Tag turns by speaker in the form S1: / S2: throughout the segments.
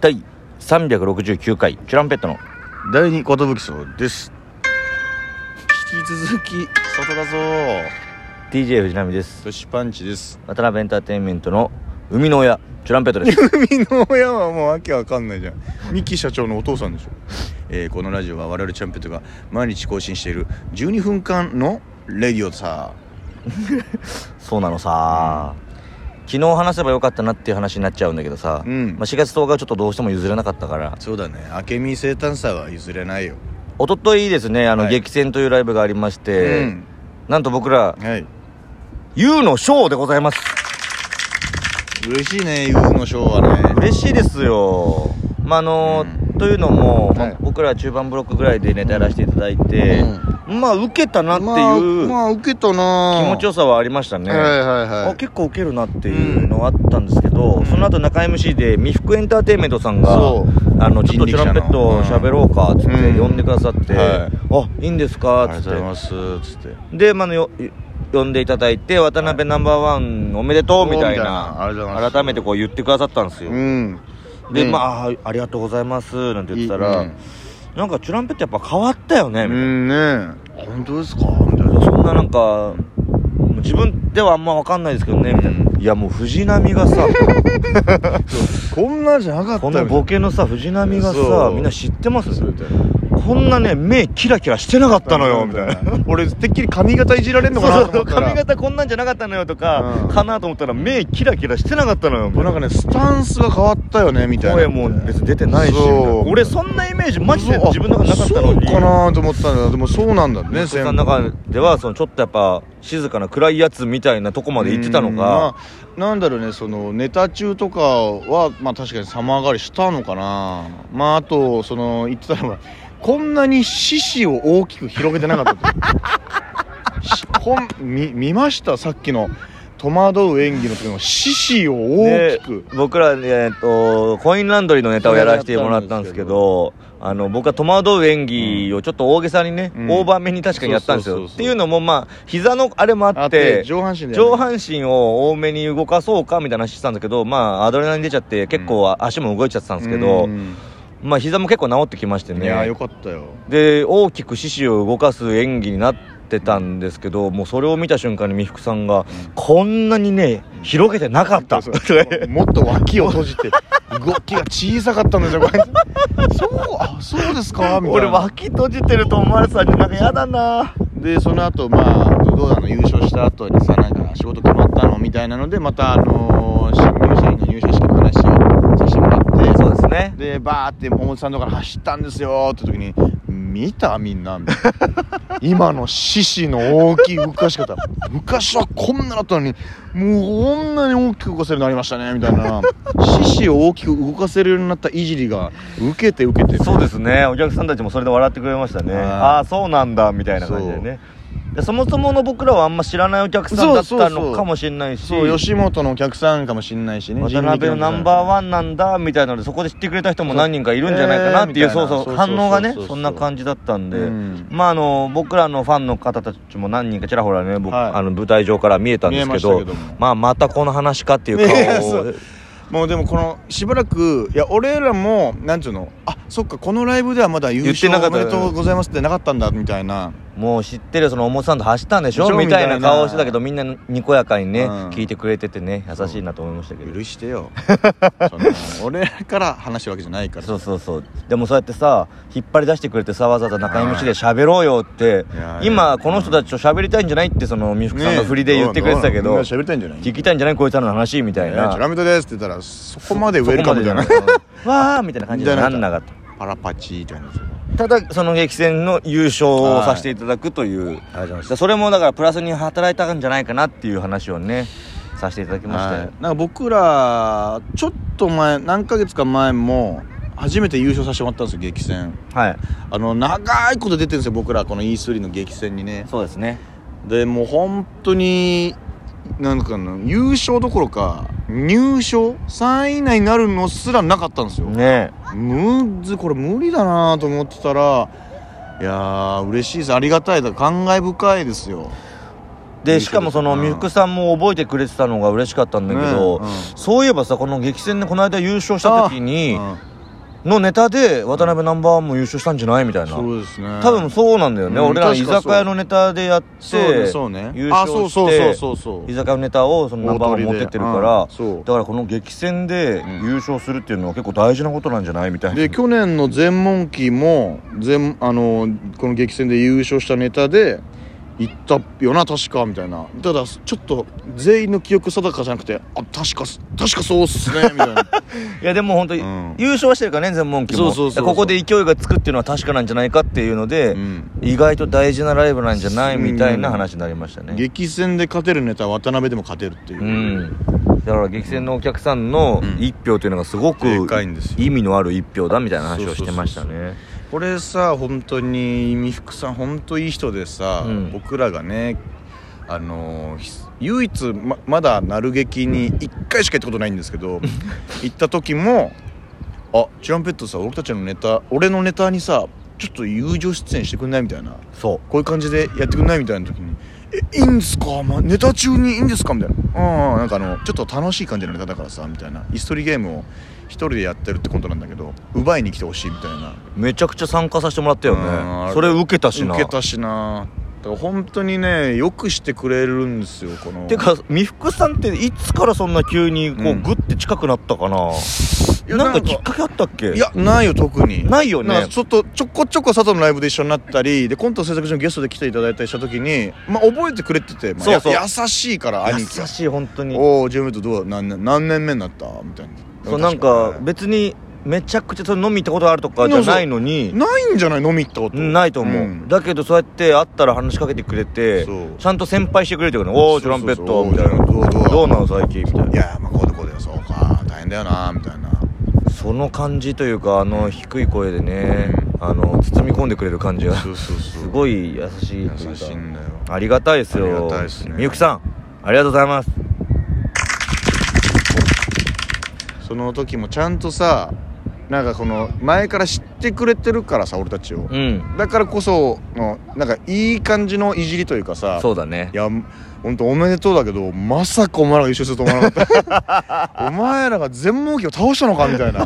S1: 第369回チュランペットの
S2: 第二ことぶきそうです引き続き外だぞ
S1: DJ 藤波です
S2: トシパンチです
S1: 渡辺エンターテインメントの生みの親チュランペットです
S2: 海の親はもうわけわかんないじゃんミッキー社長のお父さんでしょ、えー、このラジオは我々チャンピオンが毎日更新している12分間のレディオさ
S1: そうなのさ、昨日話せばよかったなっていう話になっちゃうんだけどさ、
S2: うん
S1: まあ、4月10日はちょっとどうしても譲れなかったから
S2: そうだね明美生誕祭は譲れないよ
S1: 一昨日ですねあの
S2: はい
S1: 激戦というライブがありまして、
S2: うん
S1: なんと僕ら
S2: はい
S1: ユウのショーでございます
S2: 嬉しいね U のショーはね
S1: 嬉しいですよまああのー
S2: うん
S1: というのも、まあ
S2: はい
S1: 僕ら中盤ブロックぐらいでネタやらせていただいて、まあ受けたなっていう
S2: まあ、まあ、受けたな
S1: 気持ちよさはありましたね、
S2: はいはいは
S1: あ
S2: い
S1: 結構受けるなっていうのはあったんですけど、
S2: うん
S1: その後中 MC で未服エンターテインメントさんが
S2: そう
S1: あのちょっ
S2: 人
S1: と
S2: 力
S1: チュラ
S2: 車の
S1: ンペットを喋ろうかっつって
S2: うん
S1: 呼んでくださって「
S2: は
S1: あいいんです
S2: あ
S1: か」
S2: りが
S1: っ
S2: と
S1: つ
S2: うござい
S1: っ
S2: ますつって
S1: てで、まあ、あのよ呼んでいただいて「渡辺ナンバーワンおめでとう」みたい
S2: おーみたいなありがとうござい
S1: な
S2: ます
S1: 改めてこう言ってくださったんですよ、
S2: ん
S1: で
S2: ね
S1: まああ「ありがとうございます」なんて言ってたら、
S2: いいうん
S1: なんかチュランペットやっぱ変わったよねみたいな
S2: うんね本当ですかみたい
S1: そんななんか自分ではあんま分かんないですけどねみたいな、いやもう藤波が さ
S2: こんなじゃなかった
S1: このボケのさ藤波がさ
S2: そう
S1: みんな知ってます
S2: そうみたいな
S1: こんなね目キラキラしてなかったのよみたいな。
S2: 俺てっきり髪型いじられんのか
S1: そう
S2: なと
S1: そ
S2: 思
S1: う
S2: ったら
S1: 髪型こんなんじゃなかったのよとか、
S2: うん
S1: かなと思ったら目キラキラしてなかったのよみた
S2: も
S1: いう
S2: な
S1: なん
S2: かねスタンスが変わったよねみたいな
S1: 声も別に出てないし
S2: そう
S1: みたいな俺そんなイメージマジで自分の中になかったのに
S2: そうかなと思ったんだでもそうなんだね
S1: 息子さんの中ではそのちょっとやっぱ静かな暗いやつみたいなとこまで行ってたの
S2: うん
S1: が
S2: まあなんだろうねそのネタ中とかはまあ確かに様上がりしたのかなまああとその言ってたのはこんなに獅子を大きく広げてなかった としこん見見ましたさっきの戸惑う演技の時の獅子を大きく、
S1: で僕ら、えー、とコインランドリーのネタをやらせてもらったんですけどあの僕は戸惑う演技をちょっと大げさにね、
S2: うん
S1: 大盤面に確かにやったんですよ
S2: そうそうそうそ
S1: っ
S2: う
S1: ていうのもまあ膝のあれもあ
S2: あ
S1: っ
S2: ってて上半身だよね
S1: 上半身を多めに動かそうかみたいな話してたんだけどまあアドレナリン出ちゃって結構足も動いちゃってたんですけど、
S2: うん
S1: まあ膝も結構治ってきまして
S2: いやー
S1: ね
S2: よかったよ
S1: で大きく獅子を動かす演技になってたんですけどもうそれを見た瞬間に美福さんが、こんなにね広げてなかった、
S2: そうそうもっと脇を閉じて動きが小さかったんですよこれそうあそうですかみたい
S1: 俺
S2: な
S1: 脇閉じてると思われてたんでなんかやだな
S2: でその後まあどうなの優勝した後にさなんか仕事決まったのみたいなのでまたあのー新入社員の入社式の話をさせてもらって
S1: そうですね
S2: でバーって表参道から走ったんですよって時に「見たみんな」みたい な今の獅子の大きい動かし方昔はこんなだったのにもうこんなに大きく動かせるようになりましたねみたいな獅子を大きく動かせるようになったいじりが受けて受けて
S1: そうですねお客さんたちもそれで笑ってくれましたね
S2: はい
S1: ああそうなんだみたいな感じでねでそもそもの僕らはあんま知らないお客さんだった
S2: そうそうそ
S1: の
S2: う
S1: かもしれないし
S2: そう吉本のお客さんかもしんないしね
S1: 渡辺のナンバーワンなんだみたいなのでそこで知ってくれた人も何人かいるんじゃないかなっていう
S2: そ
S1: そう
S2: う
S1: そう
S2: えーみたい
S1: 反
S2: な
S1: 応がね
S2: そうそうそうそう
S1: そんな感じだったんで、
S2: うん
S1: まああの僕らのファンの方たちも何人かちらほらね僕、
S2: はい
S1: あの舞台上から見えたんですけど
S2: 見えましたけども
S1: まあまたこの話かって いう
S2: いや
S1: 顔
S2: そ
S1: を
S2: うもうでもこのしばらくいや俺らもなんていうのあそっかこのライブではまだ優
S1: 言って
S2: 勝
S1: なかっ
S2: お
S1: た
S2: めでとうございますってなかったんだみたいな
S1: もう知ってるその重さんと走ったんでしょ
S2: でしょ
S1: みたいな
S2: みたいな
S1: 顔をしてたけどみんなにこやかにね、
S2: うん
S1: 聞いてくれててね優しいなと思いましたけど
S2: 許してよ その俺らから話してるわけじゃないから
S1: そうそうそうでもそうやってさ引っ張り出してくれてさわざわざ中居道で喋ろうよって
S2: いやいや
S1: 今この人たちと喋りたいんじゃないってその美福さんの振りで言ってくれてたけど
S2: ねえみんな喋りたいんじゃない
S1: 聞きたいんじゃないこいつらの話みたい
S2: いやチ
S1: な
S2: ュラミトですって言ったらそこまでウェルカムじゃない
S1: そこまでじゃ ないわーみたいな感じになんなかった
S2: パラパチーって感じです
S1: ただその激戦の優勝をさせていただくという、
S2: ありがとうございまし
S1: それもだからプラスに働いたんじゃないかなっていう話をねさせていただきましたよ、
S2: なんか僕らちょっと前何ヶ月か前も初めて優勝させてもらったんですよ激戦
S1: はい
S2: あの長いこと出てるんですよ僕らこの E3 の激戦にね
S1: そうですね
S2: でもう本当になんかな優勝どころか入賞3位以内になるのすらなかったんですよ、
S1: ね
S2: むずこれ無理だなと思ってたらいやー嬉しいですありがたいだ感慨深いですよ
S1: でしかもその
S2: うん
S1: 美福さんも覚えてくれてたのが嬉しかったんだけど、
S2: ねうん
S1: そういえばさこの激戦でこの間優勝した時に、
S2: あ
S1: のネタで渡辺ナンバーワンも優勝したんじゃないみたいな
S2: そうですね
S1: 多分そうなんだよね、
S2: うん
S1: 俺ら居
S2: 確かそう
S1: 酒屋のネタでやって
S2: そうねそうね
S1: 優勝して
S2: あそうそうそうそうそう
S1: 居酒屋のネタをそのナンバーワン持ってってるから
S2: 大、取りでうんそう
S1: だからこの激戦で優勝するっていうのは結構大事なことなんじゃないみたいな
S2: で去年の全問期も全あのこの激戦で優勝したネタで行ったよな確かみたいなただちょっと全員の記憶定かじゃなくてあ確か確かそうっすねみたいな
S1: いやでも本当に
S2: うん
S1: 優勝はしてるからね全問期
S2: そ
S1: も
S2: うそうそうそう
S1: ここで勢いがつくっていうのは確かなんじゃないかっていうので、
S2: うん
S1: 意外と大事なライブなんじゃないみたいな話になりましたね
S2: 激戦で勝てるネタは渡辺でも勝てるってい
S1: う
S2: う、
S1: んだから激戦のお客さんの
S2: うん
S1: 一票というのがすごく
S2: でかいんですよ
S1: 意味のある一票だみたいな話をしてました
S2: そう
S1: ね
S2: これさ本当に美福さん本当いい人でさ、
S1: うん
S2: 僕らがねあのーひ唯一ままだなる劇に1回しか行ったことないんです けど行った時も「あチュランペットさ俺たちのネタ俺のネタにさちょっと友情出演してくんない?」みたいな
S1: そう
S2: こういう感じでやってくんないみたいな時に「えいいんですか、まあ、ネタ中にいいんですか?」みたいな「うんうんなんかあのちょっと楽しい感じのネタだからさ」みたいな椅子取りゲームを一人でやってるってことなんだけど奪いに来てほしいみたいな。
S1: めちゃくちゃ参加させてもらったよ
S2: うんあ
S1: ね
S2: れ
S1: それ受けたしな
S2: 受けたしなだから本当にねよくしてくれるんですよこの
S1: てか美福さんっていつからそんな急にこう、
S2: うん
S1: グッて近くなったかない
S2: や
S1: なん
S2: な
S1: か
S2: んか
S1: きっかけあったっけ
S2: いやないよ特に
S1: ないよね
S2: んかちょっとちょこちょこ佐藤のライブで一緒になったりでコント制作所のゲストで来ていただいたりした時にまあ覚えてくれてて、まあ、
S1: そうそう
S2: や優しいから兄
S1: 優
S2: 貴が
S1: しい本当に
S2: おおジムとどう何年何年目になったみたいな
S1: そうなんか別にめちゃくちゃその飲み行ったことあるとかじゃないのに
S2: ないんじゃない飲み行ったこと
S1: うんないと思う、
S2: ん
S1: だけどそうやって会ったら話しかけてくれて
S2: そう
S1: ちゃんと先輩してくれてるから「おおト
S2: そう
S1: ラ
S2: そう
S1: ン
S2: そう
S1: ペット」みたいな「
S2: どうどう
S1: どうなの最近」みたい
S2: い
S1: な
S2: やまあこうでこうでそうか大変だよなみたいな
S1: その感じというかあの低い声でねあの包み込んでくれる感じが
S2: そうそうそう
S1: すごい優しいというか
S2: 優しいんだよ
S1: ありがたいですよ
S2: ありがたいですね
S1: みゆきさんありがとうございます
S2: その時もちゃんとさなんかこの前から知ってくれてるからさ俺たちを
S1: うん
S2: だからこそのなんかいい感じのいじりというかさ
S1: そうだね
S2: いやほんとおめでとうだけどまさかお前らが優勝すると思わなかっ たお前らが全盲機を倒したのかみたいな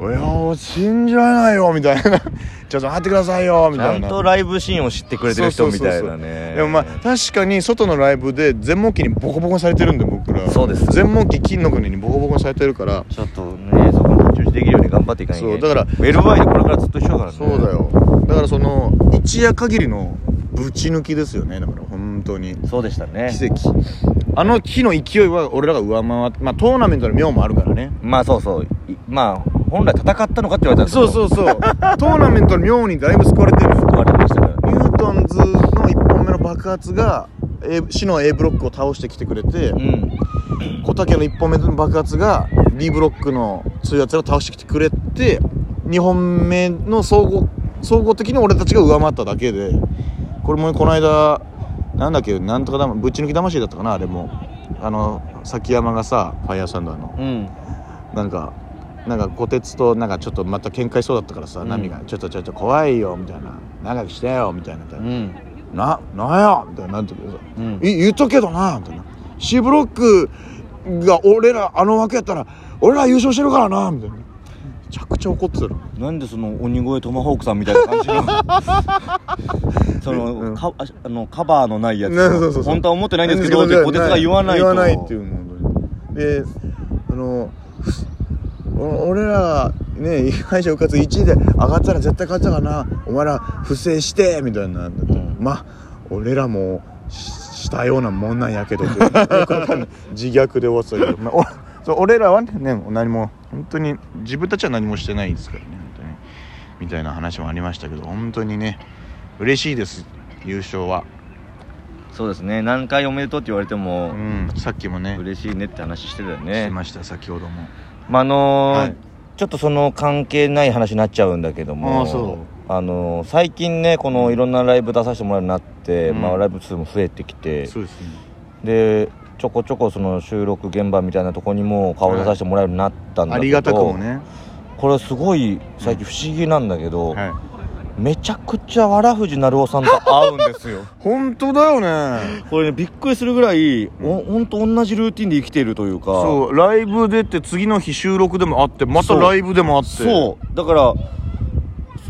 S2: いや信じられないよみたいな ちょっと待ってくださいよみ
S1: ち
S2: た
S1: ゃ
S2: い
S1: ん
S2: な
S1: とライブシーンを知ってくれてる人みたいなね
S2: でもまあ確かに外のライブで全盲機にボコボコにされてるんで僕ら
S1: そうです
S2: 全盲機金の国にボコボコにされてるから
S1: ちょっとねそこに集中できるように頑張っていかないとね
S2: そうだから
S1: ウェルバイでこれからずっと一緒だからね
S2: そうだよだからその一夜限りのぶち抜きですよねだから本当に
S1: そうでしたね
S2: 奇跡あの木の勢いは俺らが上回ってまあトーナメントの妙もあるからね
S1: まあそうそういまあ本来戦ったのかって言われたら
S2: そうそううそう トーナメントの妙にだいぶ救われてる
S1: 言われてましたから
S2: ニュートンズの1本目の爆発が A 市の A ブロックを倒してきてくれて
S1: うん
S2: 小竹の1本目の爆発が B ブロックの強い奴らを倒してきてくれて2本目の総合総合的に俺たちが上回っただけでこれもこの間なんだっけなんとかだまぶち抜き魂だったかなあれもあの崎山がさファイヤーサンダーの
S1: うん
S2: なんかなんか虎鉄となんかちょっとまた喧嘩しそうだったからさ、
S1: うん
S2: 波が「ちょっとちょっと怖いよ」みたいな「長くしてよ」みたいな
S1: うん
S2: 「ななんや」みたいななんていうの
S1: うん
S2: い言っとくけどなみたいな C ブロックが俺らあの枠やったら俺ら優勝してるからなみたいなめちゃくちゃ怒ってたの
S1: なんでその鬼越トマホークさんみたいな感じの その、
S2: うん
S1: かああのカバーのないやつ、
S2: ねそうそうそう
S1: 本当は思ってないんですけどって小鉄が言わないと
S2: 言わないっていうもんであのお俺らね敗者復活1位で上がったら絶対勝ったかなお前ら不正してみたいな、
S1: ん
S2: まあ俺らもししたようなもんなんやけどっていうよくわかんない自虐で終わってたけど、まあ、おそう俺らはね何も本当に自分たちは何もしてないですからね本当にみたいな話もありましたけど本当にね嬉しいです優勝は、
S1: そうですね何回おめでとうって言われて
S2: う
S1: も、
S2: ん、さっきもね
S1: 嬉しいねって話してたよ
S2: して
S1: ね
S2: ました先ほども
S1: まああのー
S2: はい
S1: ちょっとその関係ない話になっちゃうんだけども
S2: あーそう
S1: あのー最近ねこのいろんなライブ出させてもらうようになって、
S2: うん
S1: まあ、ライブ数も増えてきて
S2: そうですね
S1: でちょこちょこその収録現場みたいなとこにも顔出させてもらうようになったんだけど、
S2: ありがたくもね
S1: これはすごい最近不思議なんだけど、
S2: はい
S1: めちゃくちゃわらふじなるおさんと会うんですよ
S2: 本当だよね
S1: これねびっくりするぐらいおほんと同じルーティンで生きているというか
S2: そうライブ出て次の日収録でもあってまた
S1: そう
S2: ライブでもあって
S1: そうだから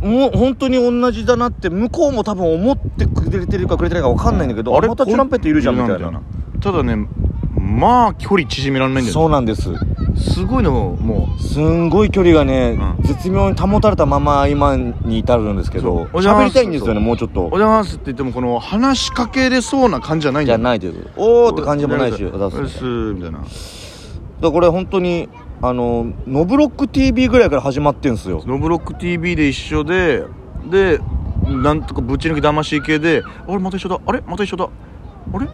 S1: もう本当に同じだなって向こうも多分思ってくれてるかくれてないか分かんないんだけど、あれまた
S2: こ
S1: トランペットいるじゃんみたいな
S2: ただねまあ距離縮められないんだよ
S1: そうなんです
S2: ねすごいのも
S1: すんごい距離がね、
S2: うん
S1: 絶妙に保たれたまま今に至るんですけど
S2: そうお邪魔
S1: 喋りたいんですよね
S2: そう
S1: もうちょっ
S2: う「お
S1: と
S2: じゃます」って言ってもこの話しかけれそうな感じじゃないん
S1: じ
S2: だ
S1: ゃ
S2: よ
S1: ないというおおって感じもないし
S2: お
S1: だ
S2: はよう
S1: す
S2: ございますみたいな
S1: だからこれ本当にあのノブロック TV ぐらいから始まってんすよ
S2: 「ノブロック TV」で一緒ででなんとかぶち抜き魂系で「あれまた一緒だあれまた一緒だあれ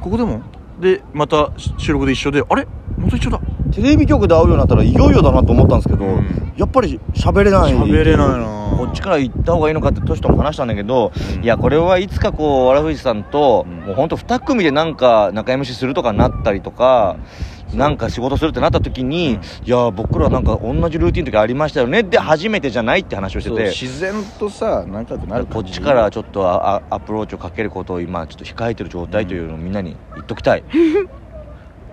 S2: ここでも?」でまた収録で一緒で「あれまた一緒だ
S1: テレビ局で会うようになったらいよいよだなと思ったんですけど、
S2: うん
S1: やっぱり喋れない
S2: 喋れないな
S1: こっちから行った方がいいのかってトシとも話したんだけど、
S2: うん
S1: いやこれはいつかこうわらふじさんと、
S2: うん
S1: もうほんと2組でなんか仲 MC するとかなったりとか、なんか仕事するってなった時に、
S2: う
S1: い
S2: ん
S1: や僕らなんか同じルーティンの時ありましたよねで初めてじゃないって話をして
S2: そう
S1: て
S2: 自然とさ仲良くなる
S1: こっ
S2: 感じ
S1: ちからちょっとああアプローチをかけることを今ちょっと控えてる状態というのをみんなに言っときたい、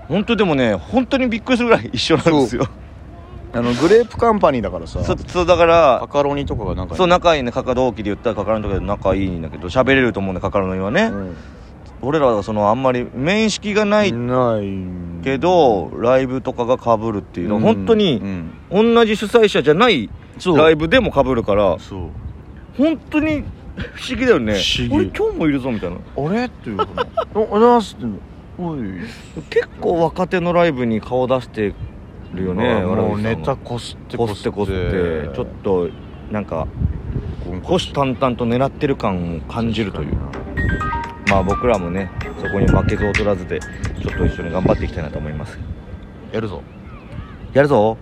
S1: 本当でもね本当にびっくりするぐらい一緒なんですよ
S2: あのグレープカンパニーだから さ
S1: そうそうだから
S2: カカロニとかがなんか
S1: そう仲いいねカカ同期で言ったらカカロニとかで仲いいんだけど喋れると思うんだカカロニはね、
S2: うん
S1: 俺らはそのあんまり面識がない
S2: ない
S1: けど、ライブとかがかぶるっていうのは、
S2: うん
S1: 本当
S2: う
S1: に
S2: ん
S1: 同じ主催者じゃない
S2: そう
S1: ライブでもかぶるから
S2: そう
S1: 本当に不思議だよね
S2: 不思議
S1: 俺今日もいるぞみたいな
S2: あれっていうかな「 おおはようございます」っておい
S1: 結構若手のライブに顔出してるよね
S2: もう
S1: 我々さんは
S2: ネタこすって
S1: こすってこすってちょっとなんか虎視眈々と狙ってる感を感じるというまあ僕らもねそこに負けず劣らずでちょっと一緒に頑張っていきたいなと思います
S2: やるぞ
S1: やるぞ